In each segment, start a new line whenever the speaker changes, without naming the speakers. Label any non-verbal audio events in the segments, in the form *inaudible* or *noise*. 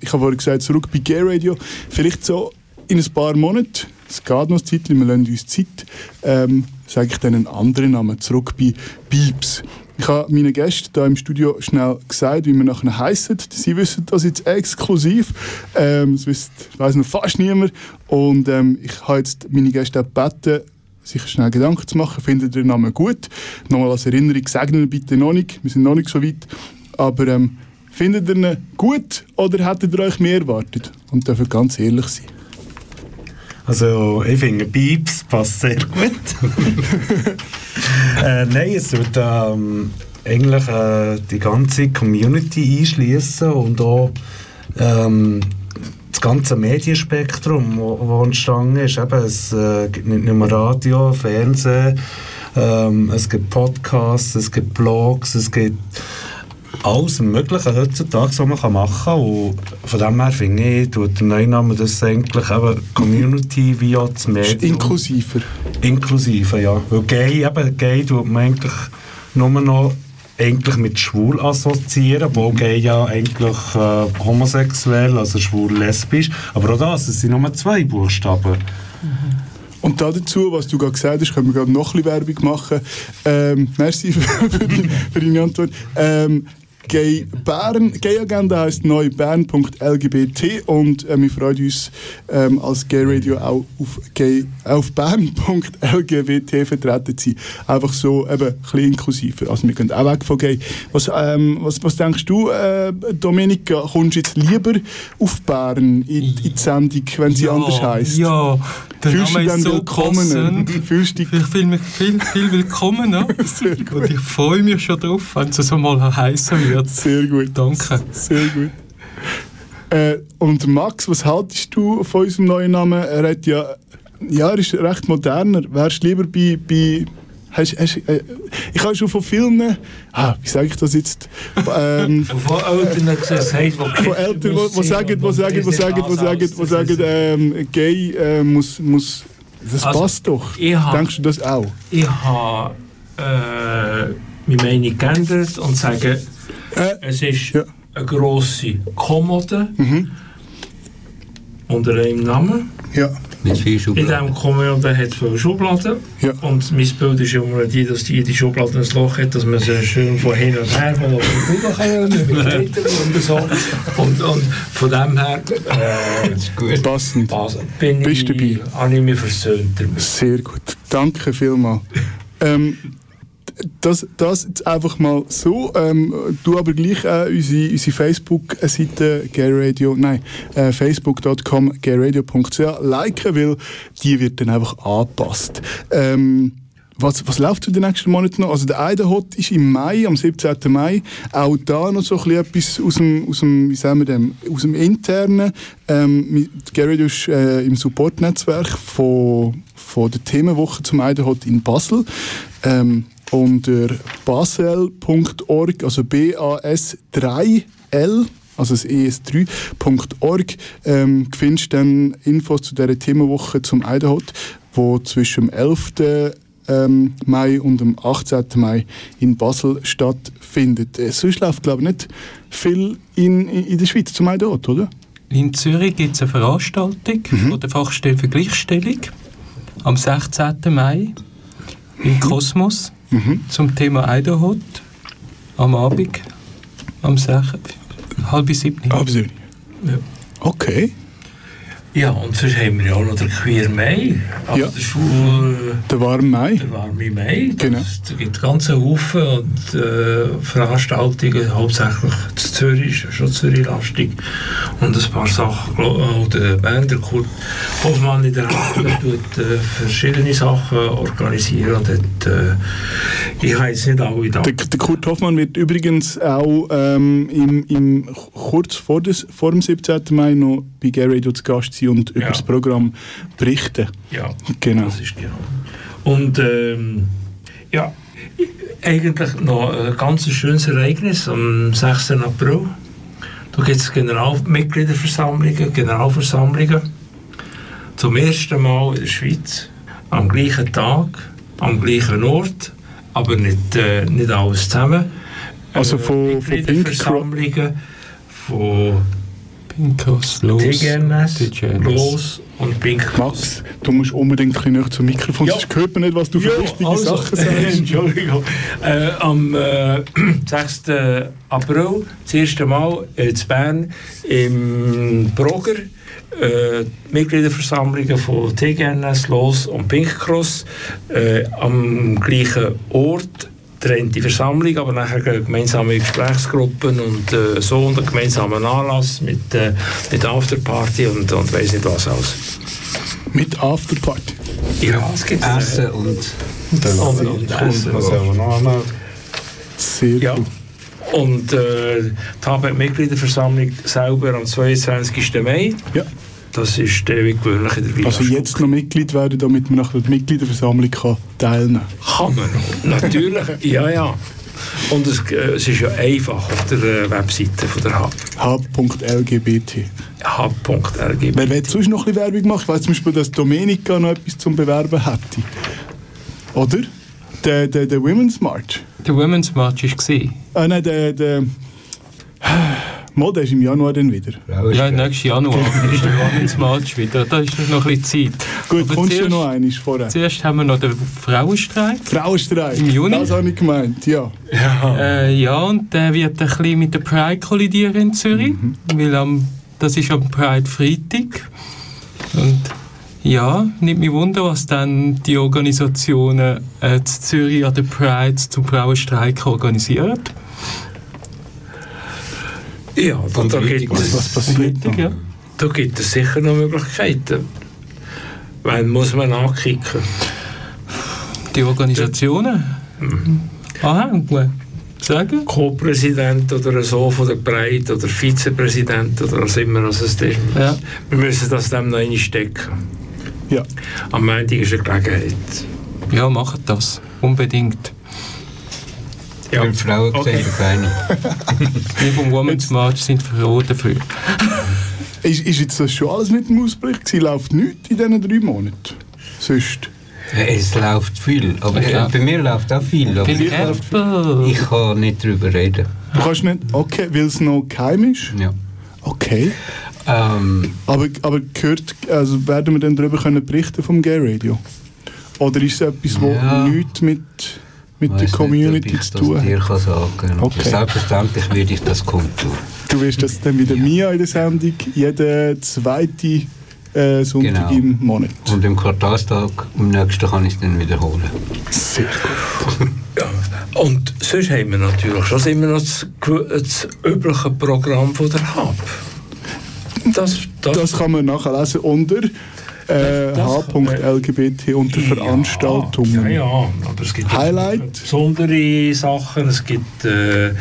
ich habe vorhin gesagt, zurück bei Gay Radio. Vielleicht so in ein paar Monaten, es geht noch ein Zeitchen, wir lassen uns Zeit, ähm, sage ich dann einen anderen Namen, zurück bei Beeps. Ich habe meinen Gästen hier im Studio schnell gesagt, wie wir nachher heissen. Sie wissen das jetzt exklusiv. Ähm, das wisst, weiss noch fast niemand. Und ähm, ich habe jetzt meine Gäste auch gebeten, sich schnell Gedanken zu machen. Findet ihr den Namen gut? Nochmal als Erinnerung, sagt ihn bitte noch nicht. Wir sind noch nicht so weit. Aber ähm, findet ihr ihn gut oder hättet ihr euch mehr erwartet? Und dürfen ganz ehrlich sein.
Also ich finde Beeps passt sehr gut. äh, nein, es wird ähm, eigentlich äh, die ganze Community einschließen und auch ähm, das ganze Medienspektrum, das entstanden ist. Eben, es äh, gibt nicht nur Radio, Fernsehen, ähm, es gibt Podcasts, es gibt Blogs, es gibt alles Mögliche heutzutage, was man kann machen kann. Und von dem her finde ich, tut der Neiname das eigentlich eben Community wie auch das
Ist
Medium.
inklusiver.
Inklusive, ja. Weil gay, eben, gay tut man eigentlich nur noch eigentlich mit schwul assoziieren, wo gay ja eigentlich äh, homosexuell, also schwul-lesbisch, aber auch das, es sind nur zwei Buchstaben.
Und da dazu, was du gerade gesagt hast, können wir gerade noch ein bisschen Werbung machen. Ähm, merci *laughs* für, für, die, für deine Antwort. Ähm, Gay Bern, Gay Agenda heisst neubern.lgbt und äh, wir freuen uns ähm, als Gay Radio auch auf, gay- äh, auf bern.lgbt vertreten zu sein. Einfach so eben ein bisschen inklusiver. Also wir gehen auch weg von Gay. Was, ähm, was, was denkst du, äh, Dominika, kommst du jetzt lieber auf Bern in, in die Sendung, wenn sie anders heisst?
Ja, der
Fühlst du
Name
dich
ist
dann
so
willkommen?
passend.
*laughs* Fühlst du dich
Ich fühle mich viel, viel willkommener.
*laughs* sehr gut?
Und ich freue mich schon drauf, wenn es so mal heißen wird.
Sehr gut,
Danke.
sehr gut. Äh, und Max, was haltest du von unserem neuen Namen? Er hat ja, ja, er ist recht moderner. Wärst du lieber bei, bei hast, hast, äh, ich habe schon von vielen, ah, wie sage ich das jetzt? Ähm,
Von Eltern, die es heisst, die
von Eltern, die die sagen, die sagen, die sagen, die sagen, die sagen, ähm, gay äh, muss, muss, das
Also,
passt doch.
ich hab-
Denkst du das auch?
Ich habe äh, meine Meinung geändert und sage,
Äh,
es ist
Ja. Mhm.
eine grosse Kommode unter einem Namen.
ja,
Mit viel
In
Schubladen.
diesem Kommode hat es viele Schubladen.
ja.
Und mein Bild ist immer die, dass die jede Schublade ein Loch hat, dass man sie schön von hin und her mal auf den Boden
*laughs*
kann mit Kleidern und so. Und, und von dem her äh,
Gut.
Passend.
also bin
Bist du
ich, habe ich mich versöhnt damit.
Sehr gut. Danke vielmals. ähm, das, das jetzt einfach mal so. Ähm, du aber gleich äh, unsere, unsere Facebook-Seite gayradio, nein, äh, facebook.com gayradio.ch liken, weil die wird dann einfach angepasst. Ähm, was, was läuft in den nächsten Monaten noch? Also der Eidenhot ist im Mai, am 17. Mai. Auch da noch so ein bisschen etwas aus dem, aus dem, wie sagen wir dem, aus dem Internen. Ähm, Gerrit ist äh, im Supportnetzwerk von, von der Themenwoche zum Eidenhot in Basel. Ähm, unter basel.org, also B-A-S-3-L, also das ES3.org, ähm, findest du dann Infos zu dieser Themenwoche zum Eidenhot, wo zwischen dem 11. ähm, Mai und dem 18. Mai in Basel stattfindet. Äh, Sonst läuft, glaube ich, nicht viel in, in, in der Schweiz zum Eidenhot, oder?
In Zürich gibt es eine Veranstaltung
Mhm.
von der Fachstelle für Gleichstellung am 16. Mai im Kosmos
Mhm.
zum Thema Eiderhot am Abend am 6. halb sieben.
Absolut.
Ja.
Okay.
Ja, und sonst haben wir ja auch noch den Queer Mai. Also
Ja.
der Schwul,
Der warme Mai.
der warme Mai.
Genau.
Das, da gibt es ganze Haufen und äh, Veranstaltungen, hauptsächlich zu Zürich, ist schon Zürich-lastig. Und ein paar Sachen, äh, auch der Band, der Kurt Hoffmann in der Hand, *coughs* der tut äh, verschiedene Sachen organisieren. Und hat, äh, ich weiß nicht alle da.
Der, der Kurt Hoffmann wird übrigens auch ähm, im, im, kurz vor, des, vor dem 17. Mai noch bei Gay Radio zu Gast sein und über
Ja.
das Programm berichten.
Ja.
Genau.
Das ist genau. Und ähm, ja, eigentlich noch ein ganz schönes Ereignis am 6. April. Da gibt es Generalmitgliederversammlungen, Generalversammlungen. Zum ersten Mal in der Schweiz. Am gleichen Tag, am gleichen Ort, aber nicht, äh, nicht alles zusammen.
Also von- von Pink Cro-
Mitgliederversammlungen von
Pinkos, los.
TGNS,
DJNS.
Los und Pink
Max, du musst unbedingt ein bisschen näher zum Mikrofon,
Ja. also, ähm,
sonst hört man nicht, was du für wichtige Sachen sagst.
*laughs* Entschuldigung. Äh, am *clears throat* äh, 6. April, das erste Mal äh, in Bern im Broger. Äh, die Mitgliederversammlungen von TGNS, Los und Pink Cross äh, am gleichen Ort. Trennte Versammlung, aber nachher gehen gemeinsame Gesprächsgruppen und äh, so und einen gemeinsamen Anlass mit, äh, mit Afterparty und, und weiss nicht was alles.
Mit Afterparty.
Ja, es gibt
Essen und
Und, und Essen.
was haben wir noch einmal?
Sehr
Ja.
gut.
Und äh, die HB-Mitgliederversammlung selber am 22. Mai.
Ja.
Das ist der wie gewöhnlich in der Villa
Also jetzt noch Mitglied werden, damit man nachher die Mitgliederversammlung kann teilnehmen kann.
Spuck. Kann man
*laughs*
noch. Natürlich. ja, ja. Und es, äh, es ist ja einfach auf der äh, Webseite von der HAB.
Hub.lgbt.
hab.rgb.
Wer will sonst noch ein bisschen Werbung machen? Ich weiss zum Beispiel, dass Domenica noch etwas zum Bewerben hätte. Oder? Der, der, der Women's March.
Der Women's March war.
Ah nein, der... der Mal, der ist im Januar dann wieder.
Ja,
*laughs*
nächstes Januar ist der Women's March wieder. Da ist noch ein bisschen Zeit.
Gut,
Aber
kommst du
zuerst-
noch eines vorher?
Zuerst haben wir noch den Frauenstreik.
Frauenstreik.
Im Juni?
Das habe ich gemeint, ja.
Äh, ja, und der wird ein bisschen mit der Pride kollidieren in Zürich,
Mhm.
weil am, das ist am Pride-Freitag. Und ja, nicht mich wunder, was dann die Organisationen äh, zu Zürich an der Pride zum Frauenstreik organisieren.
Ja, da, da, gibt
Was,
es,
was passiert noch?
Freitag, ja.
da gibt es sicher noch Möglichkeiten. Wen muss man ankicken?
Die Organisationen. Aha, gut. Sagen?
Co-Präsident oder so von der Breite oder Vizepräsident oder was immer was es ist.
Ja.
Wir müssen das dem noch einstecken.
Ja.
Am Montag ist eine Gelegenheit.
Ja, macht das. Unbedingt.
Ja.
Wenn Frauen
Okay.
okay. sehen, keine.
Wir vom Women's March sind froh dafür.
Ist, ist jetzt das schon alles mit dem Ausblick gewesen? Läuft nichts in diesen drei Monaten? Sonst?
Es läuft viel, aber äh,
Ja.
bei mir läuft auch viel, aber
Pink Apple.
ich kann nicht drüber reden.
Du kannst nicht... Okay, weil es noch geheim ist?
Ja.
Okay.
Ähm,
Aber, aber gehört, also werden wir dann darüber können berichten vom Gay Radio? Oder ist es etwas, wo
Ja.
nichts mit, mit der
weiss
Community
nicht, ob ich
zu
das
tun hat?
Dir kann sagen. Aber
Okay.
Selbstverständlich würde ich das kundtun.
Du wirst das dann wieder Mia in der Sendung, jeden zweiten äh, Sonntag
Genau.
im Monat.
Und im Quartalstag, am nächsten kann ich es dann wiederholen.
Sehr gut.
Und sonst haben wir natürlich schon immer noch das, gew- das übliche Programm von der HAB. Das, das,
Das kann man nachlesen unter äh,
Das- das-
h.lgbt unter Veranstaltungen.
Ja, ja, aber es gibt
Highlight?
besondere Sachen. Es gibt äh,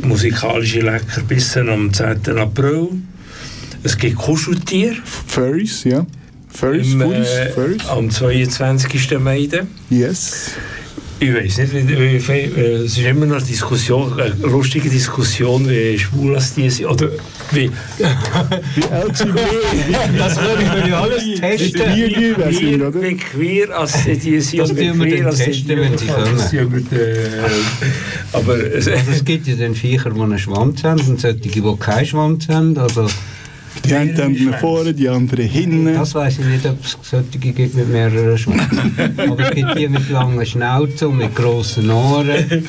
musikalische Leckerbissen am 10. April. Es gibt Kuscheltier.
Furries, ja. Furries,
Im,
Furries,
äh,
Furries.
oh.
Am 22. Mai. dann.
Yes.
Ich weiß nicht, wie, wie, wie, äh, es ist immer noch eine Diskussion, eine lustige Diskussion, wie schwul als die sind. Oder wie.
Wie LGBT,
*laughs* Das können wir alles testen.
wie wir wir sind, oder?
Wie queer als die sind.
Das
und wie
tun wir
queer
dann
als die
testen, wenn sie
Jungen als die Jungen, äh, Aber es,
Also, Es gibt ja dann Viecher, die einen Schwanz haben und solche, die keinen Schwanz haben. Also,
Die einen dann nach vorne, die anderen hinten.
das weiß ich nicht, ob es solche gibt mit
*laughs*
mehreren Schwänzen. Aber es gibt die mit langen Schnauzen und mit grossen Ohren.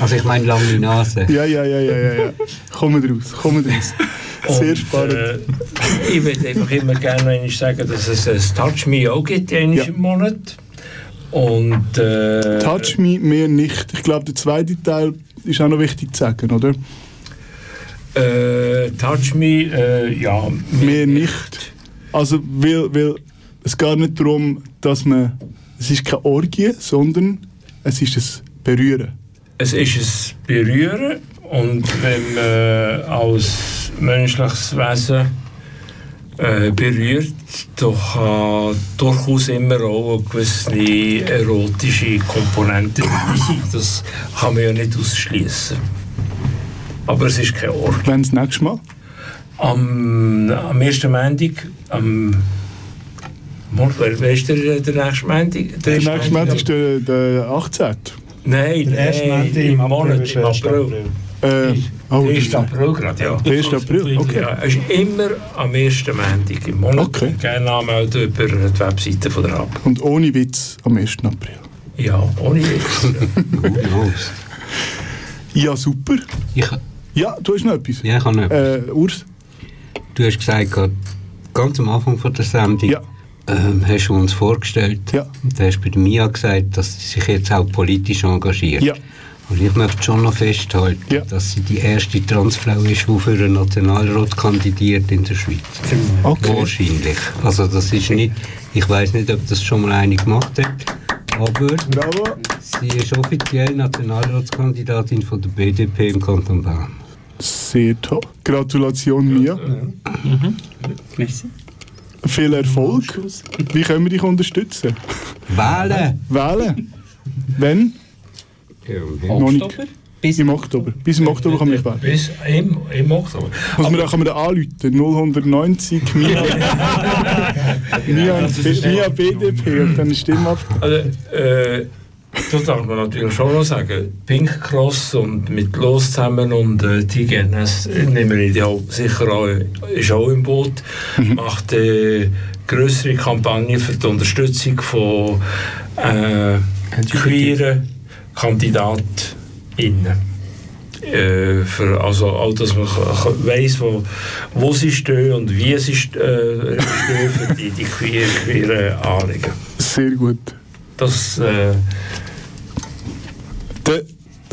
Also ich meine lange Nase.
Ja, ja, ja, ja, ja. ja. Kommen raus, kommen raus. Sehr
Und,
spannend.
Oh, Äh, ich würde einfach immer gerne noch einmal sagen, dass es ein Touch Me auch gibt, einmal
Ja.
im Monat. Und. Äh,
Touch me, mehr nicht. Ich glaube, der zweite Teil ist auch noch wichtig zu sagen, oder?
Äh, touch Me, äh, ja.
Mehr nicht. Also, weil, weil es geht nicht darum, dass man. Es ist keine Orgie, sondern es ist das Berühren.
Es ist ein Berühren und wenn man äh, als menschliches Wesen äh, berührt, doch kann durchaus immer auch eine gewisse erotische Komponente dabei sein. Das kann man ja nicht ausschließen. Aber es ist kein Ort.
Wenn das nächste Mal.
Am, am ersten Montag, am Mond, wer, wer ist der, der nächste Montag?
Der nächste Moment ist der, der 18.
Nein,
Der erste
nein,
Montag
im
April
Monat,
ist
im
erst
April.
Äh, Oh,
Der
das
ist April gerade, ja.
1. April, okay.
Ja, es ist immer am ersten Montag im Monat.
Okay.
Gerne anmelden über die Webseite von der App.
Und ohne Witz am 1. April.
Ja, oh, ohne Witz.
Los.
Ja, super.
Ich,
Ja, du hast noch etwas.
ja, ich habe noch.
Äh, Urs?
Du hast gesagt, gerade ganz am Anfang von der Sendung
Ja.
ähm, hast du uns vorgestellt.
Ja.
Und Du hast bei der Mia gesagt, dass sie sich jetzt auch politisch engagiert.
Ja.
Und ich möchte schon noch festhalten,
Ja.
dass sie die erste Transfrau ist, die für den Nationalrat kandidiert in der Schweiz.
Okay.
Wahrscheinlich. Also das ist nicht, ich weiß nicht, ob das schon mal eine gemacht hat, aber
Bravo.
sie ist offiziell Nationalratskandidatin von der BDP im Kanton Bern.
Sehr toll. Gratulation Mia.
Merci.
Viel Erfolg. Wie können wir dich unterstützen?
Wählen!
Wählen. Wenn? Noch nicht.
Oktober? Bis
Im Oktober. Bis im
eh,
Oktober kann man nicht wählen.
Bis im, im Oktober.
Muss man da, kann man da anrufen? 090 Mia, Mia, Mia BDP und dann ist Stimme ab.
Also, äh, das darf man natürlich schon noch sagen. Pink Cross und mit Los zusammen und äh, TGNS äh, nehmen wir die auch sicher auch, äh, ist auch im Boot. Macht äh, größere Kampagne für die Unterstützung von äh, queeren KandidatInnen. Äh, für, also auch, dass man weiß, wo, wo sie stehen und wie sie st- äh, stehen für die, die queer- queeren Anliegen.
Sehr gut.
Das, äh,
Da-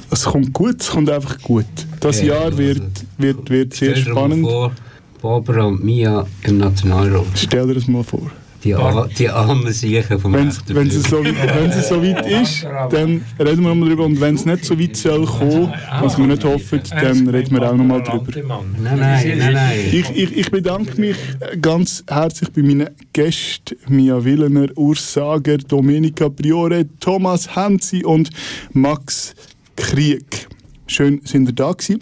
Es kommt gut, es kommt einfach gut. Das
Ja,
Jahr
also,
wird, wird, wird sehr
Stell dir mal
spannend.
Vor, Barbara und Mia im Nationalrat.
Stell dir das mal vor.
Die, Ar die armen Siechen vom
Wenn
echten
wenn es
Glück.
so, wenn es so weit ist, dann reden wir nochmal drüber. Und wenn es nicht so weit soll kommen, was wir nicht hoffen, dann reden wir auch nochmal drüber.
Nein, nein, nein, nein.
Ich, ich, ich bedanke mich ganz herzlich bei meinen Gästen Mia Willener, Urs Sager, Domenica Priore, Thomas Henzi und Max Krieg. Schön, sind ihr da gewesen.